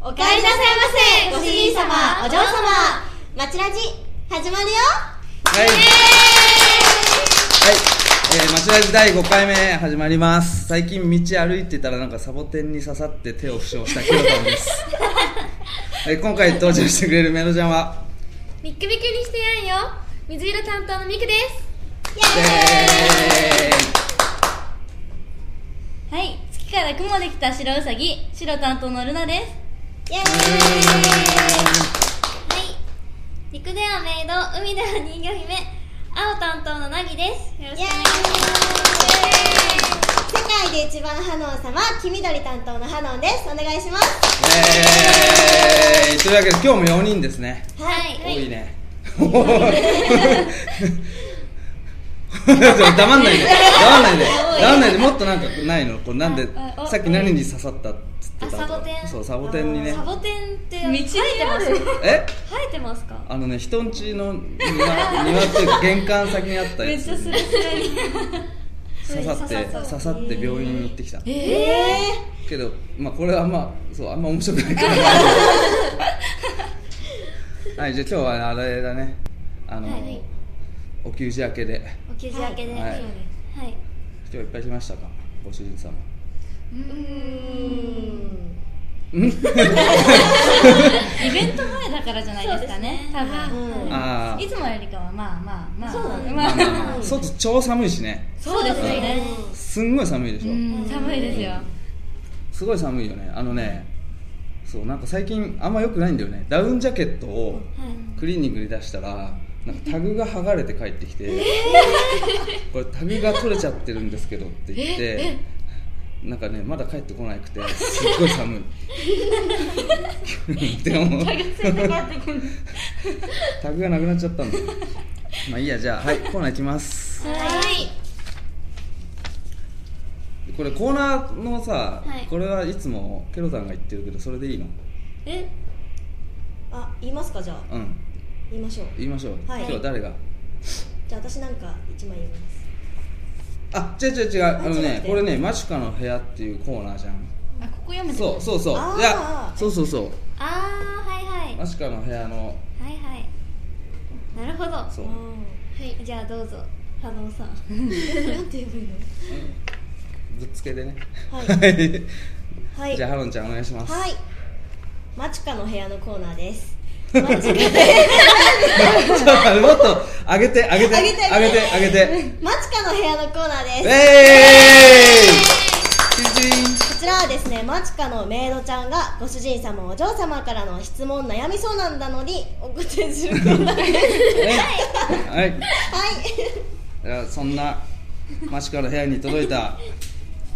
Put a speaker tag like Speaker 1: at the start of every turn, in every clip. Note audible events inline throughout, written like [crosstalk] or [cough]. Speaker 1: おかえりなさいませご主人様お嬢様町ラジ始まるよ
Speaker 2: はい、はい、えー、マチラジ第5回目始まります。最近道歩いてたらなんかサボテンに刺さって手を負傷したキロタ
Speaker 3: [laughs]
Speaker 2: ンです。はい、今回登場してくれるメロちゃんは、
Speaker 3: ビックビックにしてやんよ水色担当のミクです
Speaker 2: え
Speaker 3: はい月から雲できた白うさぎ白担当のルナです
Speaker 1: イエーイ
Speaker 3: はい陸ではメイド海では人魚姫青担当のナギですよろ
Speaker 1: イエーイ世界で一番ハノン様黄緑担当のハノンですお願いします
Speaker 2: ーイ、えー、というわけで今日も4人ですね。
Speaker 3: はい
Speaker 2: 多
Speaker 3: [laughs]
Speaker 2: いね。 [laughs] ちょっと黙
Speaker 3: [laughs]
Speaker 2: んないで、黙んないで、黙んないで、もっとなんかないの、こうなんで
Speaker 3: ああ、あ
Speaker 2: さっき何に刺さったっつってた。
Speaker 3: あサボテン
Speaker 2: そう、サボテンにね
Speaker 3: サ。ボテンって
Speaker 4: 道
Speaker 3: 生え
Speaker 4: に
Speaker 3: て
Speaker 4: あ
Speaker 3: ま
Speaker 4: る
Speaker 3: す
Speaker 2: え
Speaker 3: 生えてますか
Speaker 2: あのね、人んちの庭庭っていうか玄関先にあったやつに
Speaker 3: れすれに
Speaker 2: 刺さって
Speaker 3: 刺さった
Speaker 2: 刺さって病院に行ってきた
Speaker 1: え
Speaker 2: けど、まあ、これはあんまそうあんま面白くないからはいじゃあ今日はあれだねあの、
Speaker 3: はい
Speaker 2: お給仕明けで
Speaker 3: お給仕明けで
Speaker 2: はい
Speaker 3: はい
Speaker 2: 今日いっぱい来ましたかご主人様
Speaker 3: うーん
Speaker 4: イベント前だからじゃないですかね
Speaker 1: う
Speaker 4: 多
Speaker 1: ん
Speaker 4: 分
Speaker 2: ああ
Speaker 4: いつもよりかはまあまあまあ
Speaker 1: そうだね
Speaker 4: ま
Speaker 2: まあ
Speaker 4: あ
Speaker 2: まあまあ外超寒いしね
Speaker 4: そうですよね
Speaker 2: すんごい寒いでし
Speaker 4: う
Speaker 2: ょ、
Speaker 4: ん寒いですよ
Speaker 2: すごい寒いよねあのねそうなんか最近あんま良くないんだよねダウンジャケットをクリーニングに出したらなんかタグが剥がれて帰ってきて「これタグが取れちゃってるんですけど」って言ってなんかねまだ帰ってこなくてすっごい寒いでもタグがなくなっちゃったんだよまあいいやじゃあはいコーナーいきます
Speaker 3: はい
Speaker 2: これコーナーのさ、
Speaker 3: はい
Speaker 2: これはいつもケロさんが言ってるけどそれでいいの
Speaker 3: え
Speaker 1: あ言いますかじゃあ
Speaker 2: うん
Speaker 1: 言いましょう
Speaker 2: 言いましょう、
Speaker 1: はい
Speaker 2: 今日は誰が
Speaker 1: じゃあ私なんか一枚言います
Speaker 2: あ違う違う違うあの
Speaker 1: 違っ
Speaker 2: ね
Speaker 1: て
Speaker 2: これね「マシュカの部屋」っていうコーナーじゃん
Speaker 4: あここ読めて
Speaker 2: そうそうそう
Speaker 1: あー
Speaker 2: いやそうそうそう
Speaker 3: あーはいはい
Speaker 2: マシュカの部屋の
Speaker 3: はいはいなるほどは
Speaker 2: そう
Speaker 1: うん
Speaker 3: いじゃあどうぞ波動さん
Speaker 1: なんて言えばいい
Speaker 2: ぶっつけでね [laughs]
Speaker 1: はい
Speaker 2: い、
Speaker 1: のはい
Speaker 2: じゃあハロンちゃんお願いします、
Speaker 1: はい。マチカの部屋のコーナーで
Speaker 2: [laughs]
Speaker 1: す。マチカで、
Speaker 2: ちょっと待 [laughs] ってもっと上げて上げて
Speaker 1: 上げて
Speaker 2: 上げて上げて
Speaker 1: マチカの部屋のコーナーです。
Speaker 2: えーイチンチン
Speaker 1: こちらはですね、マチカのメイドちゃんがご主人様お嬢様からの質問悩み相談なのにお答えするコーナーです。
Speaker 2: はい、はい、
Speaker 1: は
Speaker 2: じゃあそんなマシュカの部屋に届いた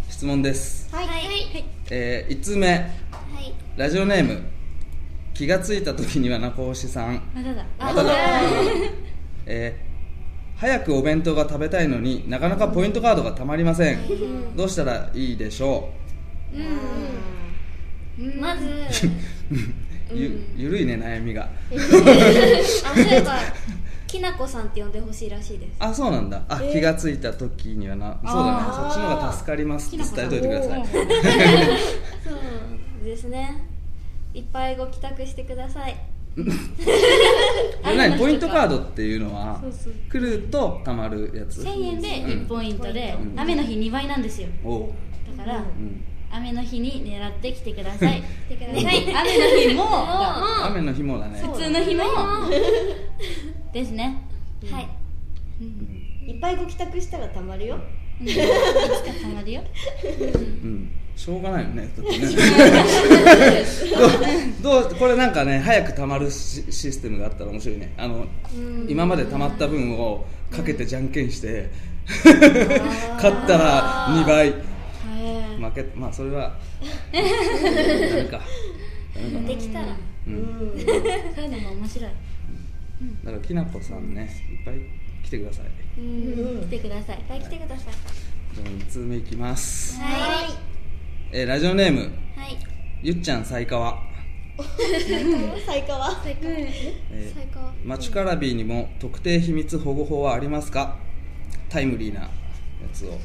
Speaker 2: 質問です
Speaker 1: い。はい。
Speaker 3: はい
Speaker 2: えー、5つ目
Speaker 3: はい
Speaker 2: ラジオネーム気がついた時には中星さん
Speaker 4: まだだ
Speaker 3: あ
Speaker 2: まただ
Speaker 3: はい
Speaker 2: [laughs] えー早くお弁当が食べたいのになかなかポイントカードがたまりませんどうしたらいいでしょ
Speaker 3: ま
Speaker 4: [laughs]
Speaker 3: ず
Speaker 2: うゆゆるいね悩みが
Speaker 3: あそういえばきなこさんって呼んでほしいらしいです
Speaker 2: あそうなんだあ、
Speaker 1: えー
Speaker 2: 気がついた時にはなそうだね
Speaker 1: あ
Speaker 2: そ
Speaker 1: ー
Speaker 2: っちの方が助かりますって伝えといてください
Speaker 3: そうですねいっぱいご帰宅してください
Speaker 2: え [laughs] 何ポイントカードっていうのは来るとたまるやつ
Speaker 4: 1000円で1ポイントで
Speaker 2: うん
Speaker 4: 雨の日2倍なんですよ
Speaker 2: おう
Speaker 4: だから
Speaker 2: うん
Speaker 4: 雨の日に狙ってきてください
Speaker 3: 来てくだ
Speaker 4: は
Speaker 3: さ
Speaker 4: い
Speaker 3: い
Speaker 4: 雨の日も
Speaker 2: 雨の日もだね
Speaker 4: 普通の日もですね
Speaker 3: はい
Speaker 2: うん
Speaker 1: いっぱいご帰宅したらたまるよ。
Speaker 4: うんいつかたまるよ
Speaker 2: うんしょうがない
Speaker 3: [laughs]
Speaker 2: よねだってねどうどうこれなんかね早くたまるシシステムがあったら面白いねあの今までたまった分をかけてじゃんけんして勝ったら2倍負けまあそれ
Speaker 3: [laughs]
Speaker 2: はダメかダメかな
Speaker 3: できたら
Speaker 2: う
Speaker 1: うんん。
Speaker 4: そういうのも面白い
Speaker 2: だからきなこさんねいっぱい来てください
Speaker 3: うん
Speaker 1: うん
Speaker 4: 来てください
Speaker 3: いっぱい来てください
Speaker 2: じゃあ2通目いきます、
Speaker 3: はい
Speaker 2: えーラジオネーム
Speaker 3: はい
Speaker 2: ゆっちゃん最川
Speaker 1: 最高は。
Speaker 3: 最高
Speaker 2: えー
Speaker 3: 最高
Speaker 2: マチュカラビーにも特定秘密保護法はありますかタイムリーなやつを、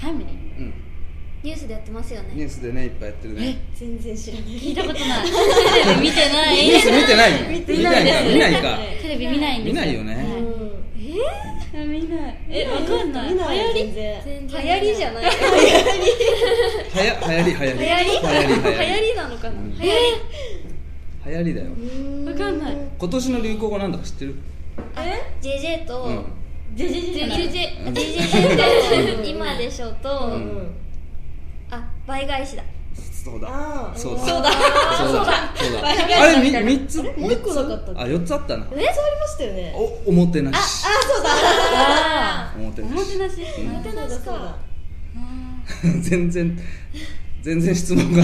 Speaker 4: タイムリー
Speaker 2: うん、
Speaker 5: ニュースでやってますよ
Speaker 2: ニュ
Speaker 5: ね
Speaker 2: ースでねいっぱいやってるね
Speaker 1: 全然知らない
Speaker 4: 聞いたことないテレビ見てな
Speaker 2: ニュー
Speaker 4: い
Speaker 2: ス見てないよね
Speaker 1: 見て
Speaker 2: 見
Speaker 1: な
Speaker 2: ないいか見ないか
Speaker 4: テレビ見ないんです
Speaker 2: 見ないよね
Speaker 1: うん
Speaker 4: はい見ないえわかんない
Speaker 1: 見ない
Speaker 4: 流行
Speaker 1: 全然
Speaker 5: 全
Speaker 4: 流
Speaker 5: 然
Speaker 4: 行りじゃ
Speaker 5: ない
Speaker 4: ない
Speaker 2: はや流行り流行り
Speaker 5: 流行
Speaker 2: 流行り
Speaker 5: り
Speaker 2: 流行
Speaker 5: 流行りなのかな
Speaker 2: うん
Speaker 5: 流行
Speaker 2: り流行りだよ
Speaker 1: う
Speaker 4: わかんない
Speaker 2: 今年の流行語なんだか知ってる
Speaker 5: り JJ と、
Speaker 2: うん
Speaker 4: ジェジェジェジェジェ
Speaker 5: JJ と今でしょと、
Speaker 1: うんん
Speaker 5: あ倍返しだ
Speaker 2: そう
Speaker 1: あ
Speaker 2: だ
Speaker 1: ー
Speaker 2: そうだ
Speaker 1: そうだ
Speaker 2: そうだそうだあれみ三つ
Speaker 1: あれもう一個なかったっけ
Speaker 2: あ四つあったな
Speaker 1: えそうありましたよね
Speaker 2: おおもてな
Speaker 1: ああ
Speaker 2: し
Speaker 1: そうだ
Speaker 4: あ
Speaker 2: おもて
Speaker 4: ーお
Speaker 2: な
Speaker 4: もて
Speaker 2: し
Speaker 4: なし
Speaker 2: うん
Speaker 1: そうだそうだ
Speaker 4: あ
Speaker 2: [laughs] 全然全然質問が違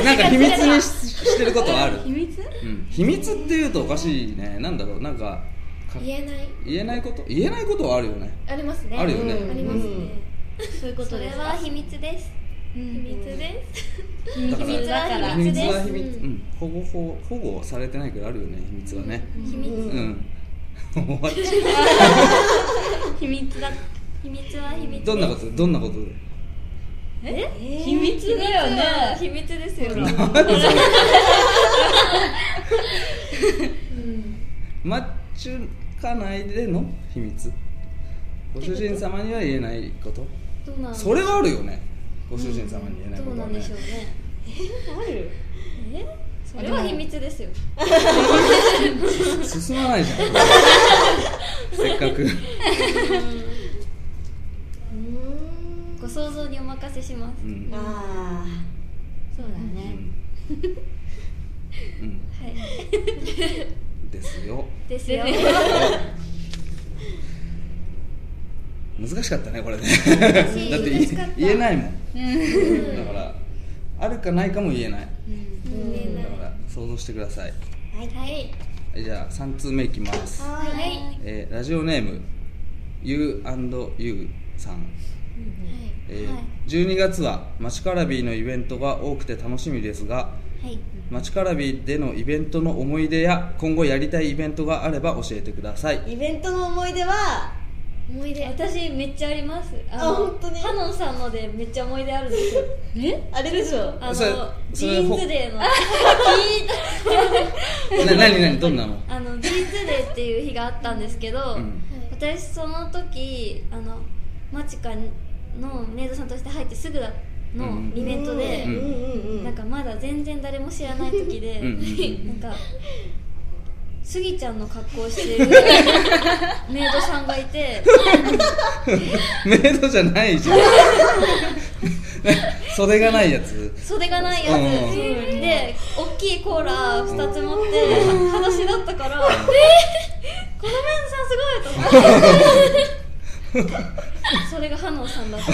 Speaker 2: うなんか秘密にししてることはある
Speaker 4: ー秘密
Speaker 2: うん秘密っていうとおかしいねなんだろうなんかか
Speaker 5: 言えない
Speaker 2: 言えないこと言えないことはあるよね
Speaker 5: ありますね
Speaker 2: あるよね
Speaker 1: うん
Speaker 5: ありますね、
Speaker 4: そういうこ
Speaker 5: そ
Speaker 4: と
Speaker 5: れ
Speaker 4: です
Speaker 5: は
Speaker 4: か
Speaker 5: 秘密です
Speaker 4: 秘
Speaker 5: 秘密です、
Speaker 4: 秘密だか
Speaker 5: あ
Speaker 4: ら
Speaker 2: 秘密は
Speaker 5: 秘
Speaker 2: 秘
Speaker 5: 密で
Speaker 2: 密
Speaker 5: す
Speaker 2: うん保護法保護されてないくらいあるよね秘密はね
Speaker 5: 秘密、
Speaker 2: う
Speaker 1: うん
Speaker 2: ん [laughs] 終わっちゃ
Speaker 4: 秘密だ
Speaker 5: 秘密は秘密
Speaker 2: うどんなことどんなことで
Speaker 4: え
Speaker 1: えー
Speaker 4: 秘密だよね
Speaker 5: 秘密ですよ、
Speaker 2: マッチュかないでの秘密ご主人様には言えないこと
Speaker 5: どうなん
Speaker 2: それはあるよねご主人様に言えないこと
Speaker 5: どうな
Speaker 2: は
Speaker 5: んで
Speaker 2: ね
Speaker 5: しょうね
Speaker 1: ある
Speaker 5: えそれは秘密ですよ
Speaker 2: 進まない
Speaker 5: [laughs]
Speaker 2: じゃんせっかく
Speaker 1: うーん
Speaker 5: ご想像にお任せします
Speaker 2: うん
Speaker 1: あ
Speaker 4: そうだ
Speaker 2: う
Speaker 4: ね
Speaker 2: んうん
Speaker 5: はい
Speaker 2: ですよ
Speaker 5: ですよ
Speaker 2: 難しかったねこれね
Speaker 5: しい
Speaker 2: だって
Speaker 5: 難しかった
Speaker 2: 言えないもん
Speaker 4: うん
Speaker 2: だからあるかないかも言えない
Speaker 1: ーうん
Speaker 5: 言えな
Speaker 2: だ
Speaker 5: い
Speaker 2: から想像してください
Speaker 5: はいはい
Speaker 2: じゃあ3通目いきます、
Speaker 1: は
Speaker 5: はい
Speaker 1: い
Speaker 2: えーラジオネーム You&You さん、えー
Speaker 5: はい
Speaker 2: 12月はマチカラビーのイベントが多くて楽しみですが
Speaker 5: はい
Speaker 2: マチカラビーでのイベントの思い出や今後やりたいイベントがあれば教えてください
Speaker 1: イベントの思い出は
Speaker 5: 思い出私めっちゃあります
Speaker 1: あ本当に
Speaker 5: ハノンさんのでめっちゃ思い出ある
Speaker 2: [laughs]
Speaker 5: んですよ
Speaker 4: え
Speaker 1: あれでしょ
Speaker 5: あの
Speaker 2: それそ
Speaker 5: ジ
Speaker 2: れ
Speaker 5: ーンズデー
Speaker 2: [laughs]
Speaker 5: の
Speaker 2: な何何どんなの
Speaker 5: あのジーンズデーっていう日があったんですけど、
Speaker 2: うん
Speaker 5: 私その時あのマチカのメイドさんとして入ってすぐの
Speaker 2: うん
Speaker 5: イベントで、
Speaker 1: うんうんうん
Speaker 5: なんかまだ全然誰も知らない時で
Speaker 2: うんうんう
Speaker 5: なんかスギちゃんの格好をし
Speaker 2: [laughs]
Speaker 5: てるメイドさんがいて
Speaker 2: メイドじゃないじゃん [laughs] 袖がないやつ
Speaker 5: 袖がないやつ
Speaker 2: うん
Speaker 5: で大きいコーラ2つ持って
Speaker 2: う
Speaker 5: 裸足だった
Speaker 2: [laughs]
Speaker 5: から「えー、このメイドさんすごい!」と思ってそれがハノンさんだった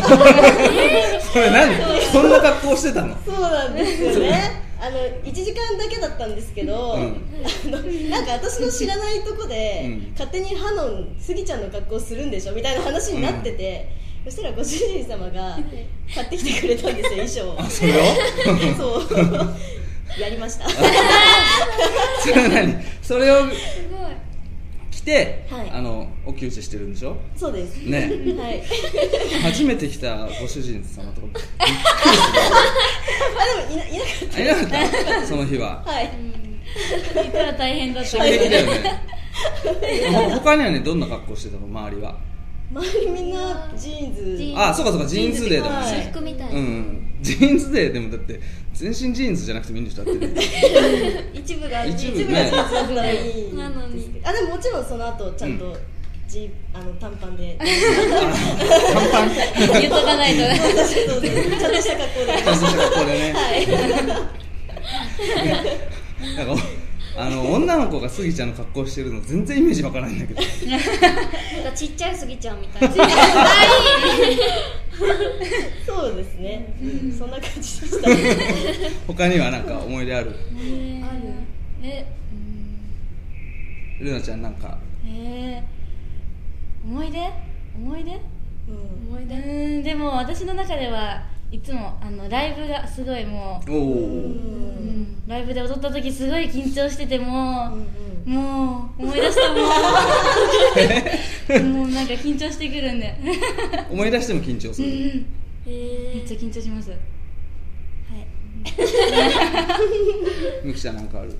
Speaker 2: それ何そんな格好してたの
Speaker 1: そうなんですよねあの1時間だけだったんですけど、
Speaker 2: うん
Speaker 1: あのなんか私の知らないとこで、
Speaker 2: うん
Speaker 1: 勝手にハノンスギちゃんの格好するんでしょみたいな話になってて、そしたらご主人様が買ってきてくれたんです [laughs] よ
Speaker 2: あそれを
Speaker 1: 衣装を [laughs] そうやりま [laughs] した
Speaker 2: それは何それを
Speaker 5: すごい
Speaker 2: 着て、
Speaker 1: はい
Speaker 2: あのお給仕してるんでしょ
Speaker 1: そうです
Speaker 2: ね
Speaker 1: はい
Speaker 2: 初めて来たご主人様とか
Speaker 1: [laughs] あでもいないなかっ
Speaker 2: あいなかったその日は
Speaker 1: たはい
Speaker 4: いくら大変だった
Speaker 2: 衝
Speaker 4: か
Speaker 2: 撃だよねほ他にはねどんな格好してたの周りは
Speaker 1: 周りみんなジーンズ
Speaker 5: ジーン
Speaker 2: あそうかそうかジーンズデーだもん
Speaker 1: はい
Speaker 5: 制
Speaker 2: ね
Speaker 5: 服みたい
Speaker 2: うんう
Speaker 5: な、
Speaker 2: んジーンズデーでもだって全身ジーンズじゃなくてもいいんでしょだってね
Speaker 1: [laughs]
Speaker 5: 一部が
Speaker 2: 一部
Speaker 1: 一部がジーンズだったらいいんですけど
Speaker 5: なのに
Speaker 1: あでももちろんその後ちゃんと、ジーあの短パンで
Speaker 2: 短パン
Speaker 4: ら言っとかないとね
Speaker 1: そうですちゃんとした格好で
Speaker 2: ちゃんとした格好でね、
Speaker 1: はい
Speaker 2: [laughs] なんかあの女の子がスギちゃんの格好してるの全然イメージわからないんだけど
Speaker 5: なんかちっちゃいすぎちゃんみたいな
Speaker 2: [laughs]
Speaker 1: そうですね、そんな感じでしたね
Speaker 2: 他にはなんか思い出ある
Speaker 5: ある
Speaker 4: えうん
Speaker 2: ルナちゃんなんか
Speaker 4: えー思い出思い出
Speaker 1: うん
Speaker 5: 思
Speaker 4: う
Speaker 5: い出
Speaker 4: ーんでも私の中ではいつもあのライブがすごいも
Speaker 2: おお
Speaker 4: う、うんライブで踊った時すごい緊張しててもうもう思い出したもうもうなんか緊張してくるんで
Speaker 2: 思い出しても緊張す
Speaker 4: う
Speaker 2: る
Speaker 4: ん
Speaker 3: え
Speaker 4: めっちゃ緊張します
Speaker 3: はい
Speaker 2: みきちゃんなんかある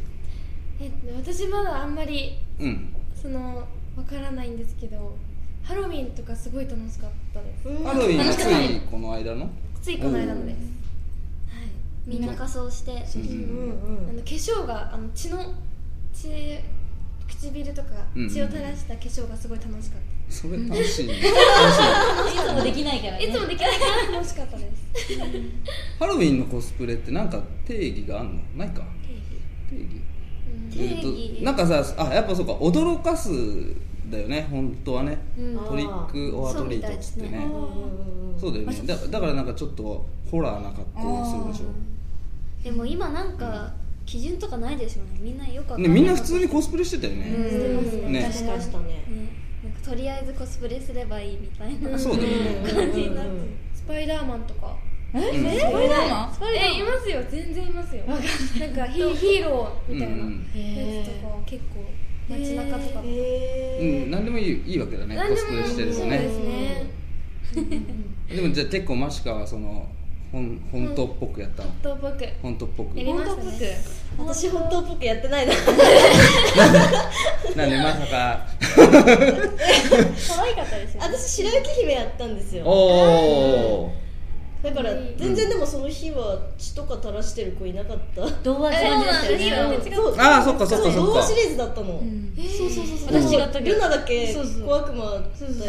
Speaker 3: え私まだあんまり
Speaker 2: うん
Speaker 3: そのわからないんですけどハロウィンとかすごい楽しかったです
Speaker 1: うん
Speaker 2: ハロウィンは
Speaker 4: 楽し
Speaker 2: つ
Speaker 4: くない
Speaker 2: いこの間の
Speaker 3: ついこの間のですはい
Speaker 2: み
Speaker 5: み
Speaker 2: ん
Speaker 5: ん
Speaker 2: な
Speaker 5: な仮装して
Speaker 2: うん
Speaker 1: う
Speaker 2: う
Speaker 1: ん
Speaker 2: ん
Speaker 3: あ
Speaker 1: うん
Speaker 3: の化粧があの血の血唇とか
Speaker 2: うん
Speaker 3: 血を垂らした化粧がすごい楽しかっ
Speaker 2: それ楽しいね
Speaker 4: いつもできないから
Speaker 3: た、
Speaker 4: ね
Speaker 3: いつもできないから楽しかったです
Speaker 2: ハロウィンのコスプレってなんか定義があんのないか定義
Speaker 3: うん
Speaker 2: えーとなんかさあやっぱそうか驚かすだよね本当はね
Speaker 3: うん
Speaker 1: あー
Speaker 2: トリック・オア・トリートっつってね
Speaker 3: そうみたいですね
Speaker 2: そうだよねだだからなんかちょっとホラーな格好をするでし
Speaker 5: でも今なんか基準とかないですよねみんなよくわ
Speaker 2: ょ、
Speaker 5: か
Speaker 2: ね、
Speaker 5: な
Speaker 2: み
Speaker 5: い
Speaker 2: んな普通にコスプレしてたよね、
Speaker 4: うん
Speaker 1: うん
Speaker 2: ね
Speaker 1: してましたね
Speaker 5: ねなんかとりあえずコスプレすればいいみたいな、
Speaker 3: うん
Speaker 2: そうだよね、
Speaker 5: 感じになっ
Speaker 3: スパイダーマンとか
Speaker 2: うん
Speaker 4: えスパイダーマン
Speaker 3: えいますよ全然いますよなんかヒヒーローみたいな
Speaker 2: うんうん
Speaker 3: やつとか結構街中とかも
Speaker 2: うん、何でもいいいいわけだねコスプレしてると
Speaker 3: そうで
Speaker 2: ね
Speaker 3: すね
Speaker 2: でもじゃあ結構マシカはその本本当っぽくやったの
Speaker 3: と僕や
Speaker 2: 本当っぽく
Speaker 3: りましたね
Speaker 1: 私本当っぽくやってないな
Speaker 2: なんでまさか
Speaker 5: 可愛かったですよね
Speaker 1: 私白雪姫やったんですよ
Speaker 2: おお
Speaker 1: だから全然でもその日は血とか垂らしてる子いなかった
Speaker 4: 童話チャレンジでしたよね
Speaker 3: えそうなんですよ
Speaker 1: そう
Speaker 2: あーそっかそっかそっか
Speaker 1: そう童話シリーズだったの
Speaker 4: うん
Speaker 1: そうそうそうそう
Speaker 4: 私違ったけど
Speaker 1: ルナだけ
Speaker 4: そうそう
Speaker 1: 小悪魔だよ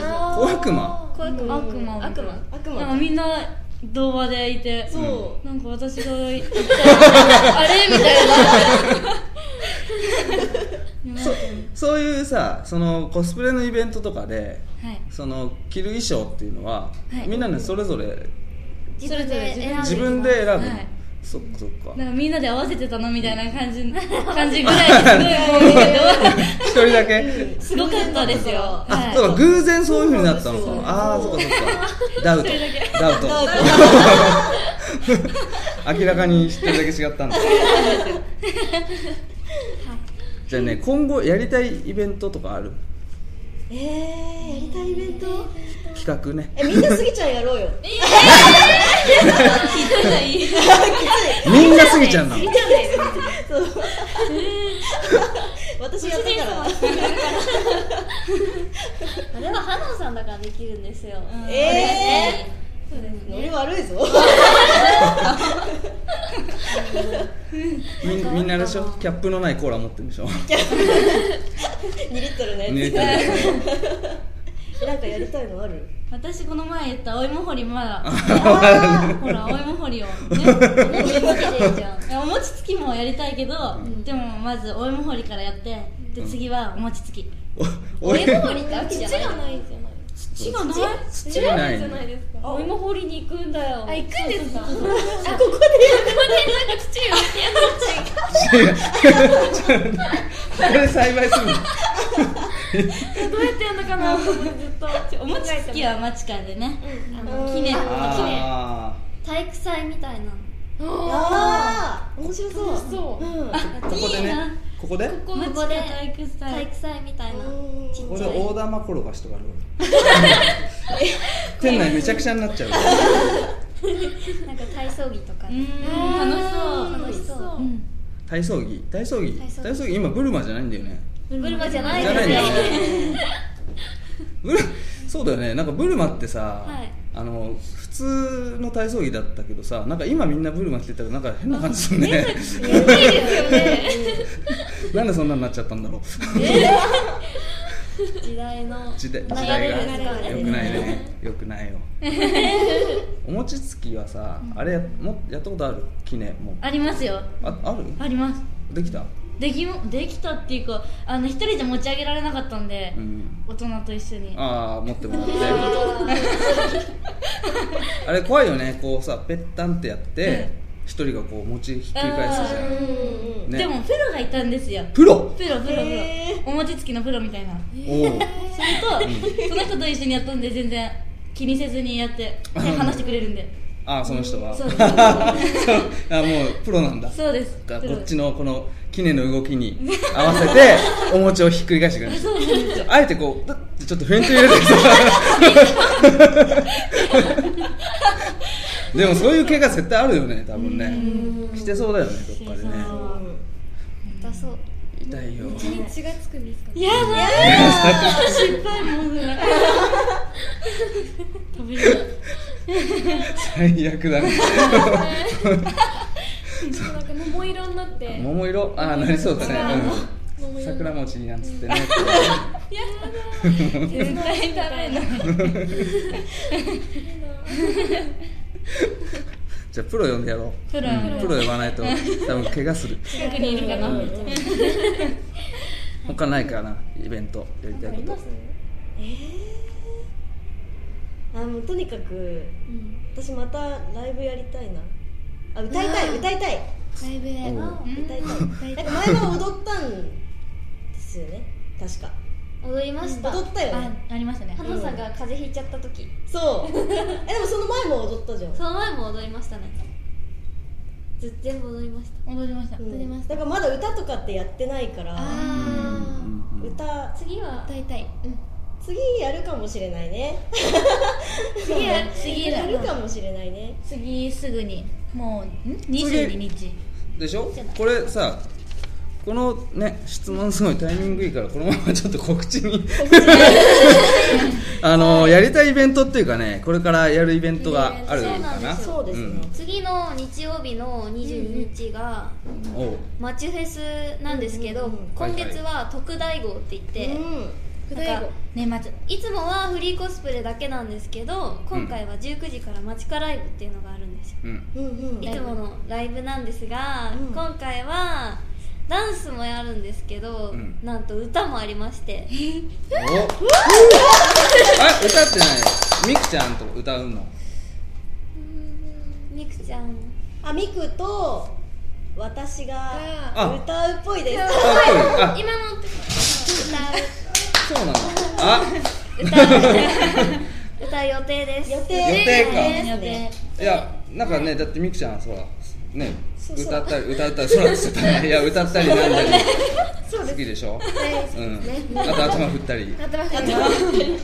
Speaker 3: あー
Speaker 2: 小悪魔
Speaker 5: 怖く
Speaker 1: うん
Speaker 4: 悪魔
Speaker 5: 悪魔
Speaker 1: 悪
Speaker 4: なんか
Speaker 1: 魔
Speaker 4: みんな童話でいて
Speaker 1: そ
Speaker 4: なんか私が行ったらあれみたいないやなんか
Speaker 2: [laughs] そういうさそのコスプレのイベントとかで
Speaker 4: はい
Speaker 2: その着る衣装っていうのは、
Speaker 4: はい
Speaker 2: みんなねそれぞれ
Speaker 5: 自分で選ぶ
Speaker 2: 自分で選ぶ、
Speaker 4: はい
Speaker 2: そっかそっか
Speaker 4: なんかみんなで合わせてたのみたいな感じ感 [laughs] じぐらいですごいこう見てて
Speaker 2: 一人だけ
Speaker 1: う
Speaker 4: すごかったですよ
Speaker 2: あ
Speaker 4: は、い
Speaker 2: そうか偶然そういう風になったの
Speaker 1: そ
Speaker 2: か
Speaker 1: う
Speaker 2: ああーそっかそっかダウトダウト
Speaker 1: ダウト
Speaker 2: 明らかに一人だけ違ったんだじゃあね今後やりたいイベントとかある
Speaker 1: えー、やりたいイベント
Speaker 2: 企画ね
Speaker 1: えみんなスギちゃんやろうよき
Speaker 2: みんなすぎちゃんなの
Speaker 1: ついそう私やったから
Speaker 5: あれは花さんだからできるんですよ、
Speaker 1: えー、ノリ悪いぞ
Speaker 2: みんみんなあれでしょキャップのないコーラ持ってるでしょ
Speaker 1: 2リットルのやつ、
Speaker 2: 入れてるでしょ
Speaker 1: なんかやりたいのある
Speaker 4: 私この前言ったお芋掘りまだ
Speaker 1: あ
Speaker 4: ほらお芋掘りをね
Speaker 5: ね見てるじゃん
Speaker 4: いやお餅つきもやりたいけど、でもまずお芋掘りからやってで次はお餅つき
Speaker 2: おお芋
Speaker 5: りって秋
Speaker 3: 土
Speaker 5: じ
Speaker 3: が
Speaker 5: ゃない
Speaker 3: ないじゃない
Speaker 4: 土がない
Speaker 2: 土がない
Speaker 3: じゃないですか
Speaker 5: お芋掘りに行くんだよ
Speaker 3: あ行くんですかこ
Speaker 2: これ栽培するの
Speaker 3: どうやってやるのかなと思ってずっと
Speaker 4: お餅つきは町からでね、
Speaker 5: あ
Speaker 1: う
Speaker 5: の
Speaker 1: ん
Speaker 5: 記念
Speaker 2: あ
Speaker 5: 体育祭みたいな
Speaker 1: あー面白そう
Speaker 3: 楽しそうん
Speaker 2: あここで
Speaker 4: いい
Speaker 2: ね
Speaker 4: な
Speaker 2: ここで
Speaker 5: こ
Speaker 4: 町
Speaker 5: こ
Speaker 4: から
Speaker 5: で
Speaker 4: 体育
Speaker 5: 体
Speaker 4: 祭
Speaker 5: 育祭みたいな
Speaker 1: うん
Speaker 5: ち
Speaker 2: こ
Speaker 5: っ
Speaker 2: こ
Speaker 5: ち
Speaker 2: で
Speaker 5: ゃい
Speaker 2: 大玉転がしとかある店内めちゃくちゃになっちゃう
Speaker 5: なんか体操着とか
Speaker 4: う
Speaker 5: ね
Speaker 4: ーん楽しそう
Speaker 5: 楽しそう
Speaker 3: そう
Speaker 4: うん
Speaker 2: 体操着体操着
Speaker 5: 体操着
Speaker 2: 体操着今ブルマじゃないんだよね
Speaker 5: ブルマじゃない
Speaker 2: じゃ
Speaker 5: で
Speaker 2: ない
Speaker 5: す
Speaker 2: んだ
Speaker 5: よ
Speaker 2: よね [laughs] ブルそうだよねなんかブルマってさ、
Speaker 5: はい
Speaker 2: あの普通の体操着だったけどさなんか今みんなブルマ着てたらなんか変な感じす [laughs] るね
Speaker 3: いいですよね
Speaker 2: なんでそんなになっちゃったんだろう
Speaker 5: 時代の
Speaker 2: 時代時
Speaker 5: 流
Speaker 2: 代
Speaker 5: れ
Speaker 2: が
Speaker 5: です
Speaker 2: 良
Speaker 5: から
Speaker 2: く
Speaker 5: ね
Speaker 2: ない [laughs] ね良くないよお餅つきはさあれやもやったことある記念もう
Speaker 4: ありますよ
Speaker 2: あある
Speaker 4: あります
Speaker 2: できた
Speaker 4: できもできたっていうかあの一人じゃ持ち上げられなかったんで、
Speaker 2: うん
Speaker 4: 大人と一緒に
Speaker 2: ああ持ってもらってあれ怖いよねこうさぺったんってやって一人がこう餅ひっくり返すじゃ
Speaker 1: うん
Speaker 2: ん、ね、
Speaker 4: でもプロがいたんですよ
Speaker 2: プロ
Speaker 4: プロプロプロ、
Speaker 1: へ
Speaker 4: お餅つきのプロみたいな
Speaker 2: おお
Speaker 4: それと、その人と一緒にやったんで全然気にせずにやって手離してくれるんで
Speaker 2: ああその人は
Speaker 4: そう
Speaker 2: [laughs] あもうプロなんだ
Speaker 4: そう
Speaker 2: [laughs]
Speaker 4: です
Speaker 2: だか
Speaker 4: プ
Speaker 2: ら
Speaker 4: ロ
Speaker 2: こっちのこのきねの動きに合わせてお餅をひっくり返してくれる
Speaker 4: そうなんですよ
Speaker 2: あえてこうだってちょっとフェイント入れてきたでもそういう怪我絶対あるよね多分
Speaker 4: う
Speaker 2: ね
Speaker 4: ん
Speaker 2: してそうだよねどっかでね
Speaker 5: 痛そう
Speaker 2: 痛いよ
Speaker 5: 血に血がつくんですか
Speaker 4: やだー失敗もうなんか食べる
Speaker 2: 最悪だね [laughs]
Speaker 5: なんか桃色になって
Speaker 2: 桃色ああなりそうだねうん
Speaker 5: 桃色
Speaker 2: 桜餅なんつ [laughs] ってね
Speaker 4: 絶対食べない
Speaker 2: じゃあプロ呼んでやろう
Speaker 4: プロ
Speaker 2: うんプロ呼ばないと多分怪我する
Speaker 4: 近くにいるかな
Speaker 2: 他ないかなイベントやりたいこと
Speaker 1: えー、あもうとにかく私またライブやりたいなあ歌いたい歌いたい
Speaker 5: ライブで
Speaker 2: おう
Speaker 5: あ
Speaker 1: 歌いたいなんか前は踊ったんですよね確か
Speaker 5: 踊りました
Speaker 1: 踊ったよ
Speaker 4: あ
Speaker 1: ね
Speaker 4: ありましたね
Speaker 5: 花さんが風邪ひいちゃった時
Speaker 1: そうえでもその前も踊ったじゃん
Speaker 5: その前も踊りましたねず全部踊りました
Speaker 4: 踊りました
Speaker 1: うん
Speaker 5: 踊りまし
Speaker 1: だからまだ歌とかってやってないから
Speaker 5: あ
Speaker 2: うんうん
Speaker 1: 歌
Speaker 5: 次は歌いたい
Speaker 1: 次やるかもしれないね
Speaker 4: 次や次
Speaker 1: や
Speaker 4: だ
Speaker 1: るかもしれないね
Speaker 4: 次すぐにもうん22日
Speaker 2: でしょこれさこのね質問すごいタイミングいいからこのままちょっと告知に [laughs] あのやりたいイベントっていうかねこれからやるイベントがあるのかな
Speaker 1: そうですね、
Speaker 5: 次の日曜日の22日が
Speaker 2: うんおう
Speaker 5: マチュフェスなんですけど、
Speaker 1: うんうんうん
Speaker 5: 今月は特大号って言って、
Speaker 1: うん
Speaker 5: なんか
Speaker 4: 年末
Speaker 5: いつもはフリーコスプレだけなんですけど今回は19時から街かライブっていうのがあるんですよ、
Speaker 2: うん
Speaker 1: うんうん
Speaker 5: いつものライブなんですが、
Speaker 1: うん
Speaker 5: 今回はダンスもやるんですけど、
Speaker 2: うん
Speaker 5: なんと歌もありまして
Speaker 2: [laughs] おあ歌ってないみくちゃんと歌うの
Speaker 5: みくちゃん
Speaker 1: あみくと私が
Speaker 2: あ
Speaker 1: 歌うっぽいです
Speaker 2: あそうあ
Speaker 5: 今のって
Speaker 2: そうなのあ
Speaker 5: 歌う歌う予定です
Speaker 1: 予定
Speaker 2: 予定か
Speaker 1: ですね
Speaker 2: いやなんかねだってみくちゃんそうね
Speaker 1: そうそう
Speaker 2: 歌ったり歌ったりそうなんですよいや歌ったりなんだり
Speaker 1: そう
Speaker 2: 好きでしょ
Speaker 5: 大好き
Speaker 2: うん、あと頭振ったり
Speaker 1: [laughs]
Speaker 4: 頭振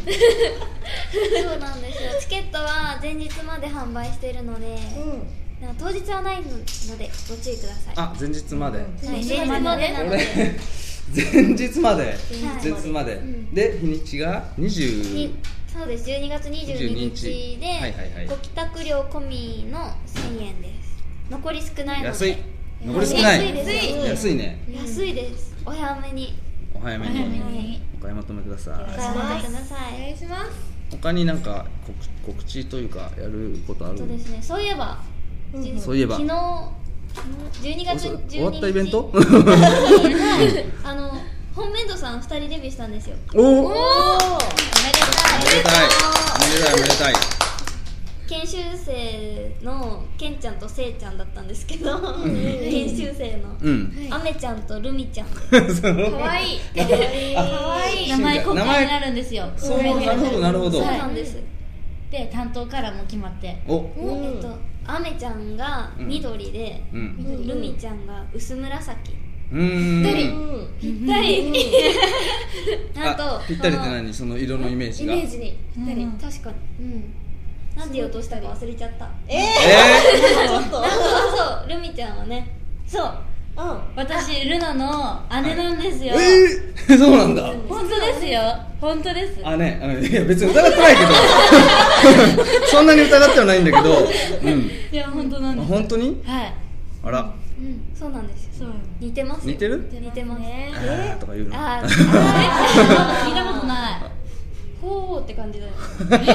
Speaker 5: そうなんですよチケットは前日まで販売しているので、
Speaker 1: うん
Speaker 5: なんか当日はないのでご注意ください
Speaker 2: あ前日まで、
Speaker 5: はい、前日までなの
Speaker 2: 俺
Speaker 5: で
Speaker 2: 前日まで
Speaker 5: はい
Speaker 2: 前日まで、で日にちが20
Speaker 5: にそうです12月22
Speaker 2: 22
Speaker 5: 日で、
Speaker 2: はいはいはい
Speaker 5: ご帰宅料込みの1000円です残り少ないので
Speaker 2: 安い残り少ない
Speaker 5: 安いです
Speaker 1: 安い
Speaker 2: 安いね
Speaker 5: 安いですお早めに
Speaker 2: お早め
Speaker 4: 早め
Speaker 2: に
Speaker 4: に
Speaker 2: お買い求めくださ
Speaker 5: お
Speaker 2: い
Speaker 5: 買い求めください
Speaker 4: します
Speaker 2: 他になんか告告知というかやることある
Speaker 5: そうですねそういえば、
Speaker 1: うん
Speaker 5: じゅ
Speaker 2: そういえば
Speaker 5: 昨日昨日12月
Speaker 2: お
Speaker 5: 12日
Speaker 2: 終わったイベン
Speaker 5: [laughs]
Speaker 2: ト
Speaker 5: はいあの本メイドさん2人デビューしたんですよ
Speaker 2: おおめで
Speaker 1: おー
Speaker 2: たいおめでたい
Speaker 5: 研修生のけんちゃんとせいちゃんだったんですけど、研修生の、
Speaker 2: おめで
Speaker 5: あめちゃんとるみ
Speaker 2: [laughs]
Speaker 5: ちゃん
Speaker 2: たいうん
Speaker 5: かわいい
Speaker 2: あ
Speaker 4: 名前公開になるんですよ
Speaker 2: そうなるほどなるほど
Speaker 5: そうなんです、
Speaker 4: で担当からも決まって
Speaker 2: お
Speaker 1: うん
Speaker 5: えっとあめちゃんが緑で、
Speaker 2: うん
Speaker 1: うん
Speaker 5: るみちゃんが薄紫
Speaker 2: うーん
Speaker 1: うん
Speaker 5: ぴったり [laughs] なんと
Speaker 2: あぴったりって
Speaker 5: その
Speaker 2: 何その色のイメージが
Speaker 5: に
Speaker 4: うん
Speaker 5: ぴったり確かにうんなんて言おうとしたか忘れちゃった
Speaker 1: え
Speaker 2: え
Speaker 1: ー、ちょっと
Speaker 5: あ [laughs] そうそうるみちゃんはね
Speaker 4: そう
Speaker 1: う
Speaker 4: 私ルナの姉なんですよ、
Speaker 2: ー、えー、 [laughs] そうなんだ
Speaker 4: 本当ですよ本当です
Speaker 2: あね、うんいや別に疑ってないけど [laughs] そんなに疑ってはないんだけど、
Speaker 4: いや本当な
Speaker 2: うんん、あ
Speaker 4: です
Speaker 2: 本当に
Speaker 4: はい
Speaker 2: あら
Speaker 5: うんそうなんですよ
Speaker 4: そう
Speaker 5: 似てますよ
Speaker 2: 似てる
Speaker 5: 似てます
Speaker 2: あ
Speaker 5: ね
Speaker 2: ーとか言うの
Speaker 5: あー
Speaker 4: 聞い [laughs] たことない
Speaker 5: ほうって感じだよね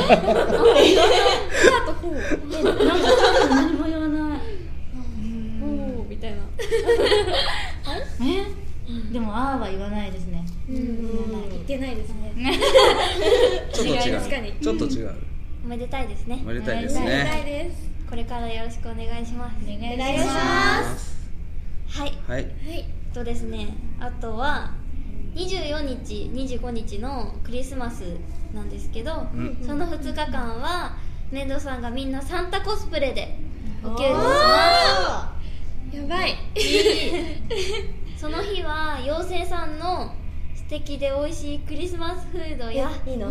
Speaker 4: なんか多分何も言わない
Speaker 5: ほうみたいな
Speaker 4: えでもあーは言わないですね
Speaker 1: ん
Speaker 5: 似てないですね
Speaker 2: [laughs] ちょっと
Speaker 5: 違い
Speaker 2: 違
Speaker 5: ますかね
Speaker 2: うちょっと違う
Speaker 5: おめでたいですね
Speaker 2: おめでたいですね
Speaker 4: です
Speaker 5: これからよろしくお願いします
Speaker 4: お願いし
Speaker 1: 願いし
Speaker 4: ま
Speaker 1: ます
Speaker 5: はい
Speaker 2: はい
Speaker 5: はい、とですね、あとは24日、25日のクリスマスなんですけど、
Speaker 2: うん
Speaker 5: その2日間はメイドさんがみんなサンタコスプレでお給料し
Speaker 1: あ
Speaker 5: ますやばいその日は妖精さんの敵で美味しいクリスマスフード
Speaker 1: い
Speaker 5: や
Speaker 1: やいいの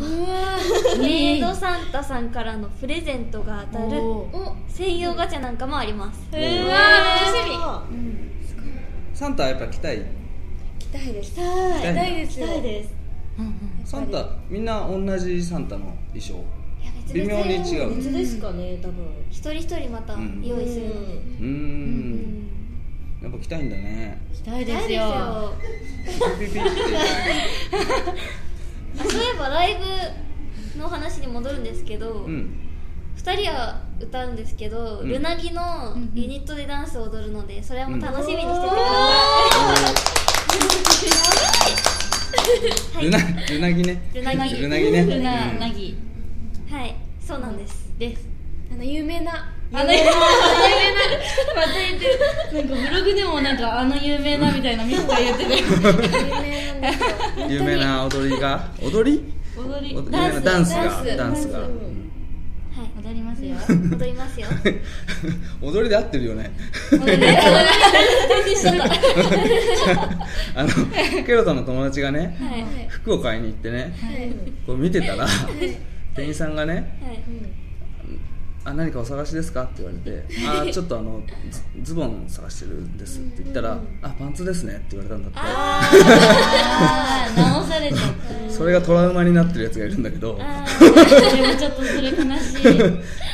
Speaker 5: メイドサンタさんからのプレゼントが当たる
Speaker 4: お
Speaker 5: 専用ガチャなんかもあります
Speaker 2: お
Speaker 3: う
Speaker 2: ー
Speaker 3: わ
Speaker 1: 楽しみ
Speaker 2: サンタはやっぱ来たい
Speaker 1: 来たいです
Speaker 2: 来
Speaker 1: 来
Speaker 2: たい
Speaker 3: 痛いですよ
Speaker 1: たいです
Speaker 2: サンタみんな同じサンタの衣装
Speaker 5: いや別
Speaker 2: 微妙
Speaker 5: 々
Speaker 2: に違う
Speaker 1: 別ですかね多分
Speaker 5: 一人一人また用意するので、
Speaker 2: うーんやっぱ来たいんだね
Speaker 4: きたい
Speaker 5: 大
Speaker 4: です
Speaker 5: です
Speaker 4: よ
Speaker 5: よ
Speaker 2: ピピピって
Speaker 5: あそういえばライブの話に戻るんですけど、
Speaker 2: う
Speaker 5: 二
Speaker 2: ん
Speaker 5: 2人は歌うんですけど、
Speaker 2: うん
Speaker 5: ルナギのユニットでダンスを踊るのでそれはもう楽しみにしててくだ
Speaker 2: ルナルナギね
Speaker 5: ルナギ
Speaker 2: ルナギね
Speaker 4: ルナ
Speaker 2: うん
Speaker 4: ナギ
Speaker 5: さい、はいそうなんです
Speaker 4: です
Speaker 3: あの有名な
Speaker 4: あの有名なまた言ってるなんかブログでもなんかあの有名なみたいなみんな言ってて
Speaker 3: 有名なんですよ
Speaker 2: 有名な踊りが踊り
Speaker 4: 踊り
Speaker 2: 有名
Speaker 4: ダン
Speaker 2: な
Speaker 4: ス
Speaker 2: ダンス
Speaker 3: ダン
Speaker 2: が
Speaker 3: ス
Speaker 2: ダンスが
Speaker 1: ダンス
Speaker 5: はい
Speaker 4: 踊ります
Speaker 2: [laughs]
Speaker 4: よ
Speaker 5: 踊りますよ
Speaker 2: 踊りで合ってるよね
Speaker 4: 踊りは
Speaker 2: [laughs] あのケロタの友達がね
Speaker 5: はいはい
Speaker 2: 服を買いに行ってねこう見てたら店員さんがね「あ何かお探しですか?」って言われて「あちょっとあのズズボン探してるんです」って言ったら「あパンツですね」って言われたんだっ
Speaker 5: あ
Speaker 4: あー直されちゃった
Speaker 2: てそれがトラウマになってるやつがいるんだけど
Speaker 5: ーあー
Speaker 4: で
Speaker 2: [laughs]
Speaker 4: もちょっとそれ悲し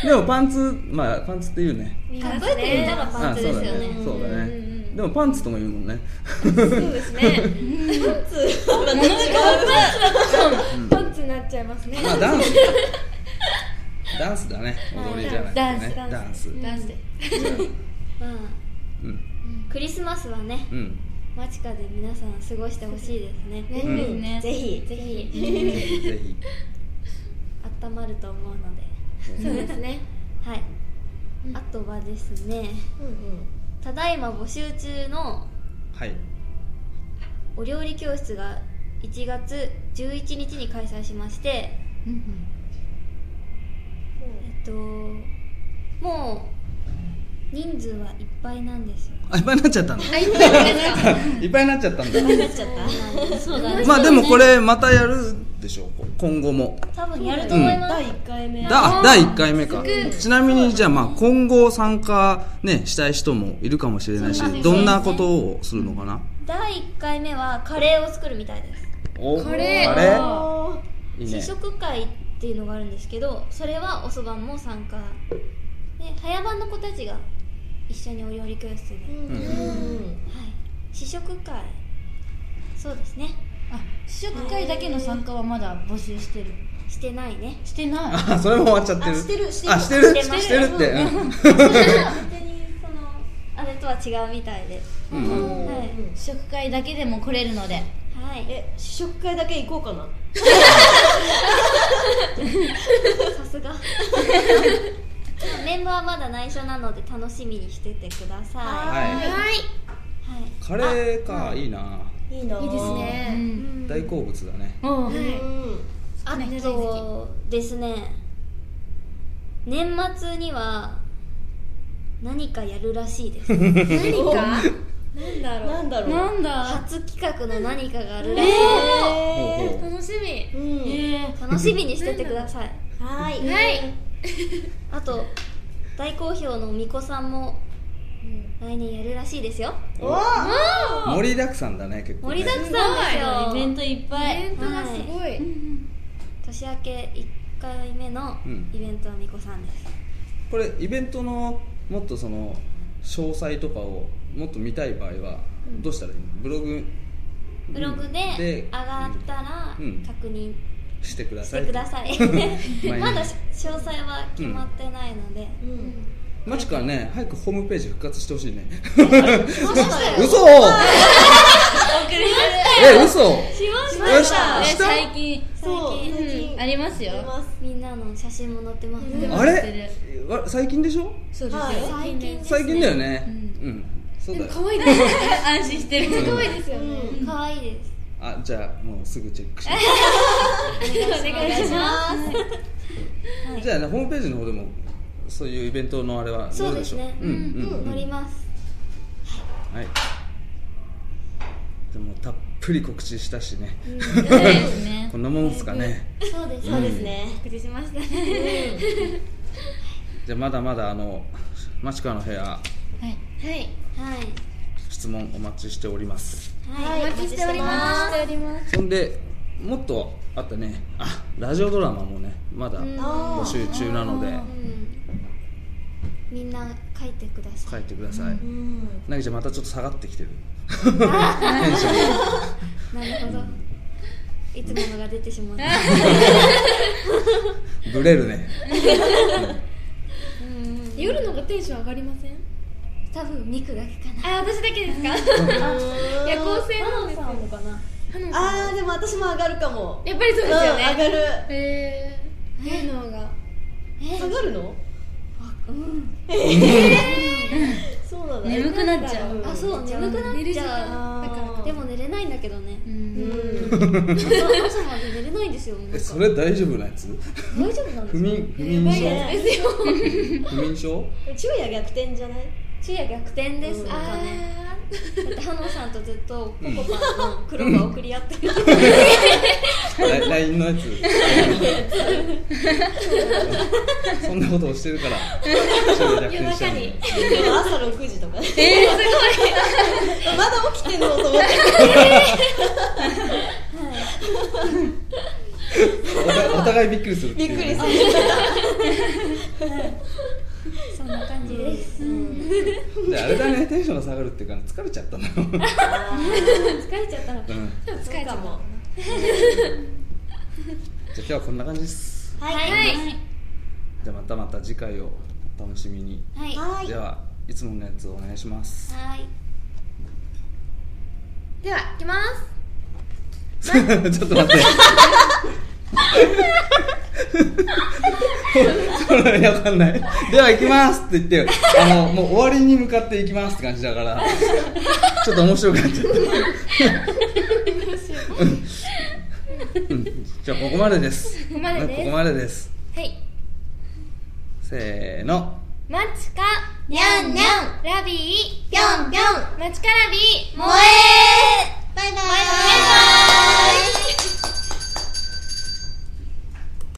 Speaker 4: い
Speaker 2: でもパンツまあパンツって言うね
Speaker 5: かっこよく言ったらパンツですよね
Speaker 2: あそうだねそうだねでもパンツとも言うもんね
Speaker 3: そうですね
Speaker 4: 物が変わった
Speaker 3: パンツになっちゃいますね
Speaker 2: まあダンスダンスだね踊りじゃない
Speaker 4: ダンス
Speaker 2: ねダンス
Speaker 4: ダンスで
Speaker 5: まあ
Speaker 2: うん
Speaker 5: クリスマスはね
Speaker 2: うん
Speaker 5: マチカで皆さん過ごしてほしいですね
Speaker 3: ね
Speaker 2: うん
Speaker 4: ですね
Speaker 1: ぜひ
Speaker 5: ぜひ
Speaker 2: ぜひ
Speaker 5: 温まると思うので
Speaker 3: そうですね
Speaker 5: はい、あとはです
Speaker 1: うん
Speaker 5: ね
Speaker 1: うん
Speaker 5: ただいま募集中の
Speaker 2: はい
Speaker 5: お料理教室が1月11日に開催しましてえっともう人数はいっぱいなんですよ
Speaker 2: あいっぱいになっちゃったの
Speaker 3: いっぱいですか
Speaker 2: [laughs] いっぱいになっちゃったんだ
Speaker 1: なっちゃった
Speaker 4: そうだね
Speaker 2: まあでもこれまたやるでしょうこ今後も
Speaker 5: 多分やると思います、
Speaker 1: 第1回目
Speaker 2: だあ第1回目かちなみにじゃあまあ今後参加ねしたい人もいるかもしれないしどんなことをするのかな
Speaker 5: 第1回目はカレーを作るみたいです
Speaker 2: お
Speaker 3: カレー
Speaker 2: カレー
Speaker 1: おー
Speaker 2: いいね
Speaker 5: 試食会っていうのがあるんですけどそれはおそばも参加で早番の子たちが一緒にお料理教室で、
Speaker 1: うん
Speaker 2: うん
Speaker 1: うん
Speaker 5: はい、試食会そうですね
Speaker 4: あ試食会だけの参加はまだ募集してる
Speaker 5: してないね
Speaker 4: してない
Speaker 2: あそれも終わっちゃってる
Speaker 1: あしてるしてる
Speaker 2: あしてる
Speaker 5: してます
Speaker 2: してるって
Speaker 5: 勝手にそのあれとは違うみたいで
Speaker 2: うんうんうん
Speaker 5: はい
Speaker 4: 試食会だけでも来れるので
Speaker 5: はい
Speaker 1: え試食会だけ行こうかな
Speaker 5: さす [laughs] がメンバーはまだ内緒なので楽しみにしててくださいは
Speaker 2: はい
Speaker 5: い
Speaker 2: カレーかいいない
Speaker 1: いない
Speaker 3: いいですね
Speaker 4: う
Speaker 5: うんん
Speaker 2: 大好物だね
Speaker 4: お
Speaker 1: う
Speaker 4: う
Speaker 1: ん
Speaker 5: あとですね年末には何かやるらしいです
Speaker 3: 何かなんだろ
Speaker 1: なんだろう
Speaker 4: [laughs] なんだ
Speaker 5: 初企画の何かがあるらしい、
Speaker 2: ほうほ
Speaker 3: う楽しみ
Speaker 1: う
Speaker 4: え
Speaker 1: ん
Speaker 4: ー
Speaker 5: 楽しみにしててください
Speaker 1: はーい
Speaker 3: はい
Speaker 5: あと大好評の巫女さんも来年やるらしいですよ
Speaker 1: おー
Speaker 2: う盛りだくさんだね結構ね
Speaker 5: 盛りだくさ
Speaker 4: イ
Speaker 5: んです
Speaker 4: ベ
Speaker 5: よ
Speaker 4: ントいっぱ
Speaker 3: イベ
Speaker 4: い
Speaker 3: ントがすごい
Speaker 5: 年明け1回目のイベントは巫女さんです、
Speaker 2: これイベントのもっとその詳細とかをもっと見たい場合はどうしたらいいのブログ
Speaker 5: ブログで上がったら
Speaker 2: うん
Speaker 5: 確認
Speaker 2: してくだ
Speaker 5: し
Speaker 2: さい
Speaker 5: てください、
Speaker 2: 毎日
Speaker 5: [laughs] まだ詳細は決まってないので、
Speaker 1: うん
Speaker 2: マチからね早くホームページ復活してほしいね
Speaker 5: そうだよ
Speaker 2: [laughs] 嘘
Speaker 5: [laughs]
Speaker 2: え嘘
Speaker 4: しまし
Speaker 2: よし
Speaker 4: ね
Speaker 2: した
Speaker 4: 最近
Speaker 1: そう
Speaker 5: 最近
Speaker 1: 最近
Speaker 4: ありますよ
Speaker 1: あります
Speaker 5: みんなの写真も載ってますね、
Speaker 2: あれわ最近でしょ
Speaker 4: そう [laughs] ですよ
Speaker 1: はい
Speaker 5: 最近です
Speaker 2: 最近だよねうんそうだよ
Speaker 3: 可愛いですね
Speaker 4: 安心してる
Speaker 3: 可愛いですよね
Speaker 5: 可愛いです
Speaker 2: あじゃあもうすぐチェックして
Speaker 5: [laughs]
Speaker 4: お願いします
Speaker 2: じゃあねホームページの方でもそういうイベントのあれは載るでしょ
Speaker 5: そうですね
Speaker 2: うんうん
Speaker 5: 乗ります
Speaker 2: はい。でもたっぷり告知したしね、
Speaker 4: そうですね
Speaker 2: こんなもんですかね、
Speaker 5: そうです
Speaker 1: そうですね、
Speaker 3: 告知しましたね
Speaker 2: じゃあまだまだあのマチカの部屋
Speaker 4: はい
Speaker 3: はい
Speaker 5: はい
Speaker 2: 質問お待ちしております
Speaker 5: はい、
Speaker 1: お待ちしております
Speaker 3: お待ちしております
Speaker 2: そんでもっとあったねあラジオドラマもねまだ募集中なので
Speaker 5: みんな書いてください
Speaker 2: 書いてください
Speaker 1: うん
Speaker 2: なぎちゃんまたちょっと下がってきてる
Speaker 5: なるほどいつものが出てしまった
Speaker 2: ブレるね
Speaker 3: 夜のがテンション上がりません
Speaker 5: 多分ミクだけかな
Speaker 3: あ私だけですか夜行性なんですよ
Speaker 5: もかな
Speaker 1: あーでも私も上がるかも
Speaker 3: やっぱりそうですよね
Speaker 1: うん上がる
Speaker 3: へえ夜のが
Speaker 1: 下がるのえーそうなんだ
Speaker 4: 眠くなっちゃう
Speaker 1: なんだろ
Speaker 5: あそう眠くな
Speaker 3: 寝る
Speaker 5: っ
Speaker 3: 時
Speaker 5: ちゃう
Speaker 3: 間だから
Speaker 5: でも寝れないんだけど
Speaker 4: [laughs]
Speaker 5: ね
Speaker 4: うん
Speaker 5: 朝朝まで寝れないんですよなん
Speaker 2: え
Speaker 5: か
Speaker 2: それ大丈夫なやつ
Speaker 5: 大丈夫なんで
Speaker 2: 不
Speaker 5: すか
Speaker 2: 眠不眠症
Speaker 1: ね
Speaker 2: 不眠症
Speaker 1: 昼夜逆転じゃない
Speaker 5: 昼夜逆転ですなんかね
Speaker 3: あ
Speaker 5: だってハノさんとずっとポコパンの黒が送り合ってる
Speaker 2: ラ LINE のやつそんなことをしてるからちょっと逆転しちゃうの
Speaker 3: 夜
Speaker 1: でも朝6時とかねえすごい [laughs] まだ起きてんのと思って
Speaker 2: お互いお互いびっくりするて
Speaker 1: び
Speaker 2: いう
Speaker 1: っく
Speaker 2: ね
Speaker 1: りする
Speaker 5: そんな感じです
Speaker 2: であれだねテンションが下がるっていうか疲れちゃったの
Speaker 5: 疲れちゃったのか
Speaker 2: うん
Speaker 3: ー疲れちゃう
Speaker 1: も
Speaker 2: じゃあ今日はこんな感じです
Speaker 5: はいはい
Speaker 2: じゃあまたまた次回をお楽しみに、
Speaker 5: はい
Speaker 1: はい
Speaker 2: ではいつものやつをお願いします
Speaker 5: はい
Speaker 3: では行きます
Speaker 2: [laughs] ちょっと待ってそれわかんないでは行きますって言ってあのもう終わりに向かって行きますって感じだからちょっと面白くなっちゃったうんじゃあここまでです
Speaker 3: ここまでです
Speaker 2: ここまでです
Speaker 3: はい
Speaker 2: せーの
Speaker 3: マチカ
Speaker 5: にゃんにゃ
Speaker 3: んラビー
Speaker 1: ぴょんぴょん
Speaker 3: マチカラビー
Speaker 1: [laughs]
Speaker 5: もう